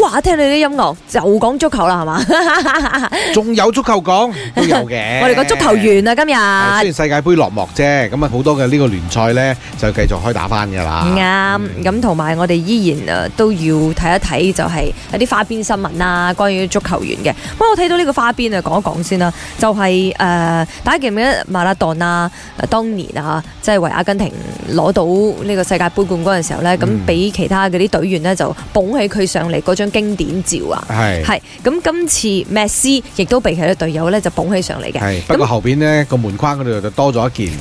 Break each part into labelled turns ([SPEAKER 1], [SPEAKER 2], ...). [SPEAKER 1] 哇！聽你啲音樂就講足球啦，係嘛？
[SPEAKER 2] 仲有足球講都有 嘅。
[SPEAKER 1] 我哋個足球員啊，今
[SPEAKER 2] 係。雖
[SPEAKER 1] 日
[SPEAKER 2] 然世界盃落幕啫，咁啊好多嘅呢個聯賽呢，就繼續開打翻㗎啦。
[SPEAKER 1] 嗯啊啱咁，同埋我哋依然誒都要睇一睇，就係一啲花邊新聞啦，關於足球員嘅。不過我睇到呢個花邊啊，講一講先啦，就係、誒、呃大家記唔記得馬拉當啦？誒當年啊，即係為阿根廷攞到呢個世界盃冠軍嘅時候呢，
[SPEAKER 2] 嗯
[SPEAKER 1] 咁俾其他嗰啲隊員呢，就捧起佢上嚟嗰張經典照啊！
[SPEAKER 2] 係
[SPEAKER 1] 係咁，今次梅西亦都被佢嘅隊友咧就捧起上嚟嘅，
[SPEAKER 2] 係，不過後邊呢個門框嗰度就多咗一 件。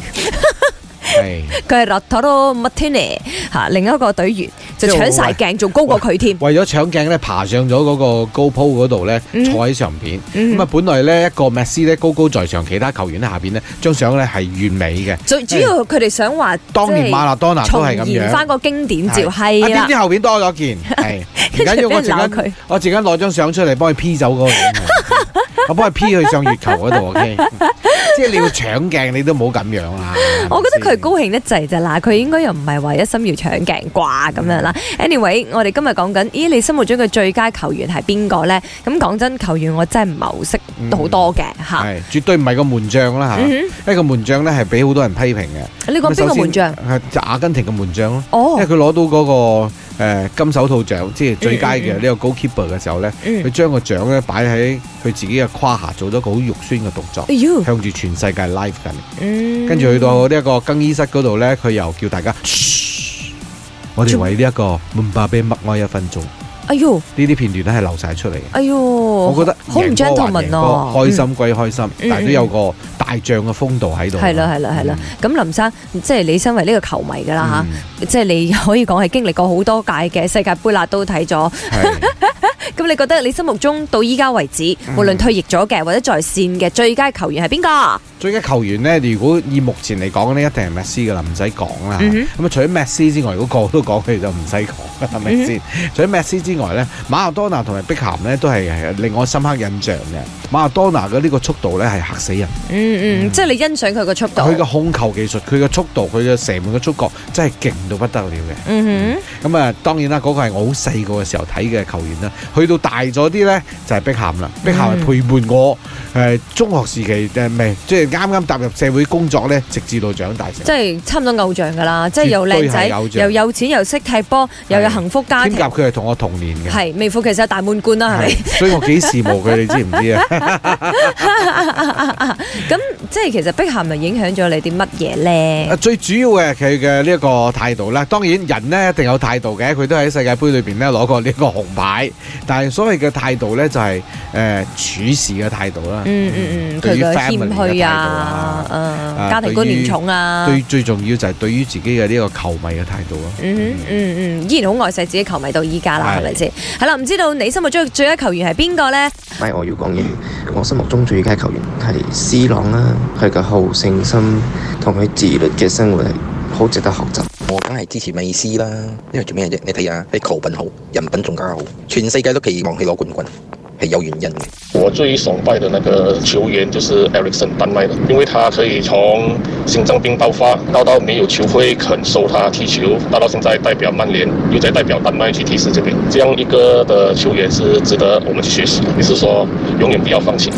[SPEAKER 2] 係，
[SPEAKER 1] 佢係 r o t a r o Martinez 嚇，另一個隊員就搶晒鏡，仲高過佢添。
[SPEAKER 2] 為咗搶鏡呢，爬上咗嗰個高鋪嗰度呢，
[SPEAKER 1] 嗯
[SPEAKER 2] 坐喺上邊。
[SPEAKER 1] 嗯
[SPEAKER 2] 咁啊，本來呢一個麥斯呢高高在上，其他球員呢下邊呢張相呢係完美嘅。
[SPEAKER 1] 最主要佢哋想話，
[SPEAKER 2] 當
[SPEAKER 1] 即
[SPEAKER 2] 年
[SPEAKER 1] 係
[SPEAKER 2] 馬拉多納都
[SPEAKER 1] 重
[SPEAKER 2] 係咁
[SPEAKER 1] 現
[SPEAKER 2] 樣。
[SPEAKER 1] 翻個經典照，
[SPEAKER 2] 啊
[SPEAKER 1] 係
[SPEAKER 2] 點
[SPEAKER 1] 啦
[SPEAKER 2] 知，後邊多咗件，係唔 緊
[SPEAKER 1] 跟
[SPEAKER 2] 要，
[SPEAKER 1] 住俾
[SPEAKER 2] 我
[SPEAKER 1] 人鬧
[SPEAKER 2] 陣間
[SPEAKER 1] 佢。
[SPEAKER 2] 啊我陣間攞張相出嚟幫佢 P 走嗰個 人，我幫佢 P 去上月球嗰度，OK？即係你要搶鏡，你都冇咁樣啦。
[SPEAKER 1] 我覺得佢係
[SPEAKER 2] 係咪先
[SPEAKER 1] 高興得滯咋嗱，佢應該又唔係話一心要搶鏡啩咁樣啦。anyway，我
[SPEAKER 2] 嗯
[SPEAKER 1] 哋今日講緊，咦，你心目中嘅最佳球員係邊個呢？咁講真，球員我真係唔係好識好多嘅嚇。
[SPEAKER 2] 嗯係絕對唔係個門將啦
[SPEAKER 1] 嗯
[SPEAKER 2] 嚇，因為個門將咧係俾好多人批評嘅。
[SPEAKER 1] 你講邊個門將？
[SPEAKER 2] 係就阿根廷嘅門將咯，因
[SPEAKER 1] 哦
[SPEAKER 2] 為，佢攞到嗰個誒金手套獎，即係最佳嘅
[SPEAKER 1] 嗯嗯
[SPEAKER 2] 呢個 goalkeeper 嘅時候咧，
[SPEAKER 1] 嗯
[SPEAKER 2] 佢將個獎咧擺喺佢自己嘅胯下，做咗個好肉酸嘅動作
[SPEAKER 1] 哎，呦，
[SPEAKER 2] 向住全世界 live 緊。
[SPEAKER 1] 嗯
[SPEAKER 2] 跟住去到呢一個更衣室嗰度呢，佢又叫大家，噓
[SPEAKER 1] 嗯
[SPEAKER 2] 我哋為呢一個門巴比默哀一分鐘。呢
[SPEAKER 1] 哎呦，
[SPEAKER 2] 啲片段咧係流晒出嚟嘅。
[SPEAKER 1] 哎呦，
[SPEAKER 2] 我
[SPEAKER 1] 我
[SPEAKER 2] 覺得
[SPEAKER 1] 好唔
[SPEAKER 2] 贏波還
[SPEAKER 1] gentleman
[SPEAKER 2] 贏波
[SPEAKER 1] 啊，
[SPEAKER 2] 開心歸開心，
[SPEAKER 1] 嗯
[SPEAKER 2] 但係都有個大將嘅風度喺度。
[SPEAKER 1] 嗯。係啦，係啦，係啦。咁林生，即係你身為呢個球迷㗎啦
[SPEAKER 2] 嗯，
[SPEAKER 1] 吓，即係你可以講係經歷過好多屆嘅世界盃啦，都睇咗。
[SPEAKER 2] 係
[SPEAKER 1] 咁你覺得你心目中到依家為止，
[SPEAKER 2] 嗯
[SPEAKER 1] 無論退役咗嘅或者在線嘅最佳球員係邊個？
[SPEAKER 2] 最佳球員呢，如果以目前嚟講呢，一定係 Messi 噶啦，唔使講啦。
[SPEAKER 1] 嗯
[SPEAKER 2] 咁啊，除咗 Messi 之外，如果個個都講佢就唔使講啦，係咪先？除咗 Messi 之外呢，馬拉多納同埋碧咸呢，都係令我深刻印象嘅。馬拉多納嘅呢個速度呢，係嚇死人。
[SPEAKER 1] 嗯
[SPEAKER 2] 嗯
[SPEAKER 1] 嗯，即係你欣賞佢個速度。
[SPEAKER 2] 佢嘅控球技術、佢嘅速度、佢嘅射門嘅觸覺真係勁到不得了嘅。
[SPEAKER 1] 嗯
[SPEAKER 2] 咁啊，當然啦，嗰、個係我好細個嘅時候睇嘅球員啦。去到大咗啲呢，就係碧咸
[SPEAKER 1] 嗯
[SPEAKER 2] 啦。碧咸係陪伴我誒、呃中學時期誒，唔係即係啱啱踏入社會工作呢，直至到長大成
[SPEAKER 1] 哼，即係差唔多偶像㗎啦，即係
[SPEAKER 2] 絕
[SPEAKER 1] 又靚
[SPEAKER 2] 對係偶
[SPEAKER 1] 仔，
[SPEAKER 2] 像
[SPEAKER 1] 又有錢，又識踢波，又有幸福家
[SPEAKER 2] 人。
[SPEAKER 1] 庭
[SPEAKER 2] 添，夾佢係同我同年嘅。
[SPEAKER 1] 係啊名副其實大滿貫啦，係咪？
[SPEAKER 2] 係所以我幾羨慕佢，你知唔知啊？
[SPEAKER 1] 咁即係其實碧咸咪影響咗你啲乜嘢咧
[SPEAKER 2] 啊？最主要嘅佢嘅呢一個態度啦，當然人呢一定有態度嘅，佢都喺世界盃裏邊呢攞過呢個紅牌，但係所謂嘅態度呢，就係、誒處事嘅態度啦。
[SPEAKER 1] 嗯嗯嗯，佢
[SPEAKER 2] 啊對於
[SPEAKER 1] 嘅
[SPEAKER 2] family
[SPEAKER 1] 謙
[SPEAKER 2] 嘅態
[SPEAKER 1] 虛
[SPEAKER 2] 度
[SPEAKER 1] 啊，
[SPEAKER 2] 啊，
[SPEAKER 1] 誒
[SPEAKER 2] 啊
[SPEAKER 1] 家庭觀念重啊。
[SPEAKER 2] 對最重要就係對於自己嘅呢個球迷嘅態度咯。
[SPEAKER 1] 嗯哼嗯嗯，依然好愛錫自己球迷到依家啦，
[SPEAKER 2] 係
[SPEAKER 1] 係咪先？係啦，唔知道你心目中最佳球員係邊個咧？
[SPEAKER 3] 咪我要講嘢。我心目中最佳球員係 C 朗啦，佢嘅好勝心同佢自律嘅生活係好值得學習。
[SPEAKER 4] 我梗係支持美斯啦，因為做咩啫？你睇下，你球品好，人品仲加好，全世界都期望佢攞冠軍，係有原因嘅。
[SPEAKER 5] 我最崇拜的那个球员就是 Ericsson 丹麦的，因为他可以从心脏病爆发闹到没有球会肯收他踢球，到到现在代表曼联，又在代表丹麦去踢世界杯，这样一个的球员是值得我们去学习的。也是说，永远不要放弃。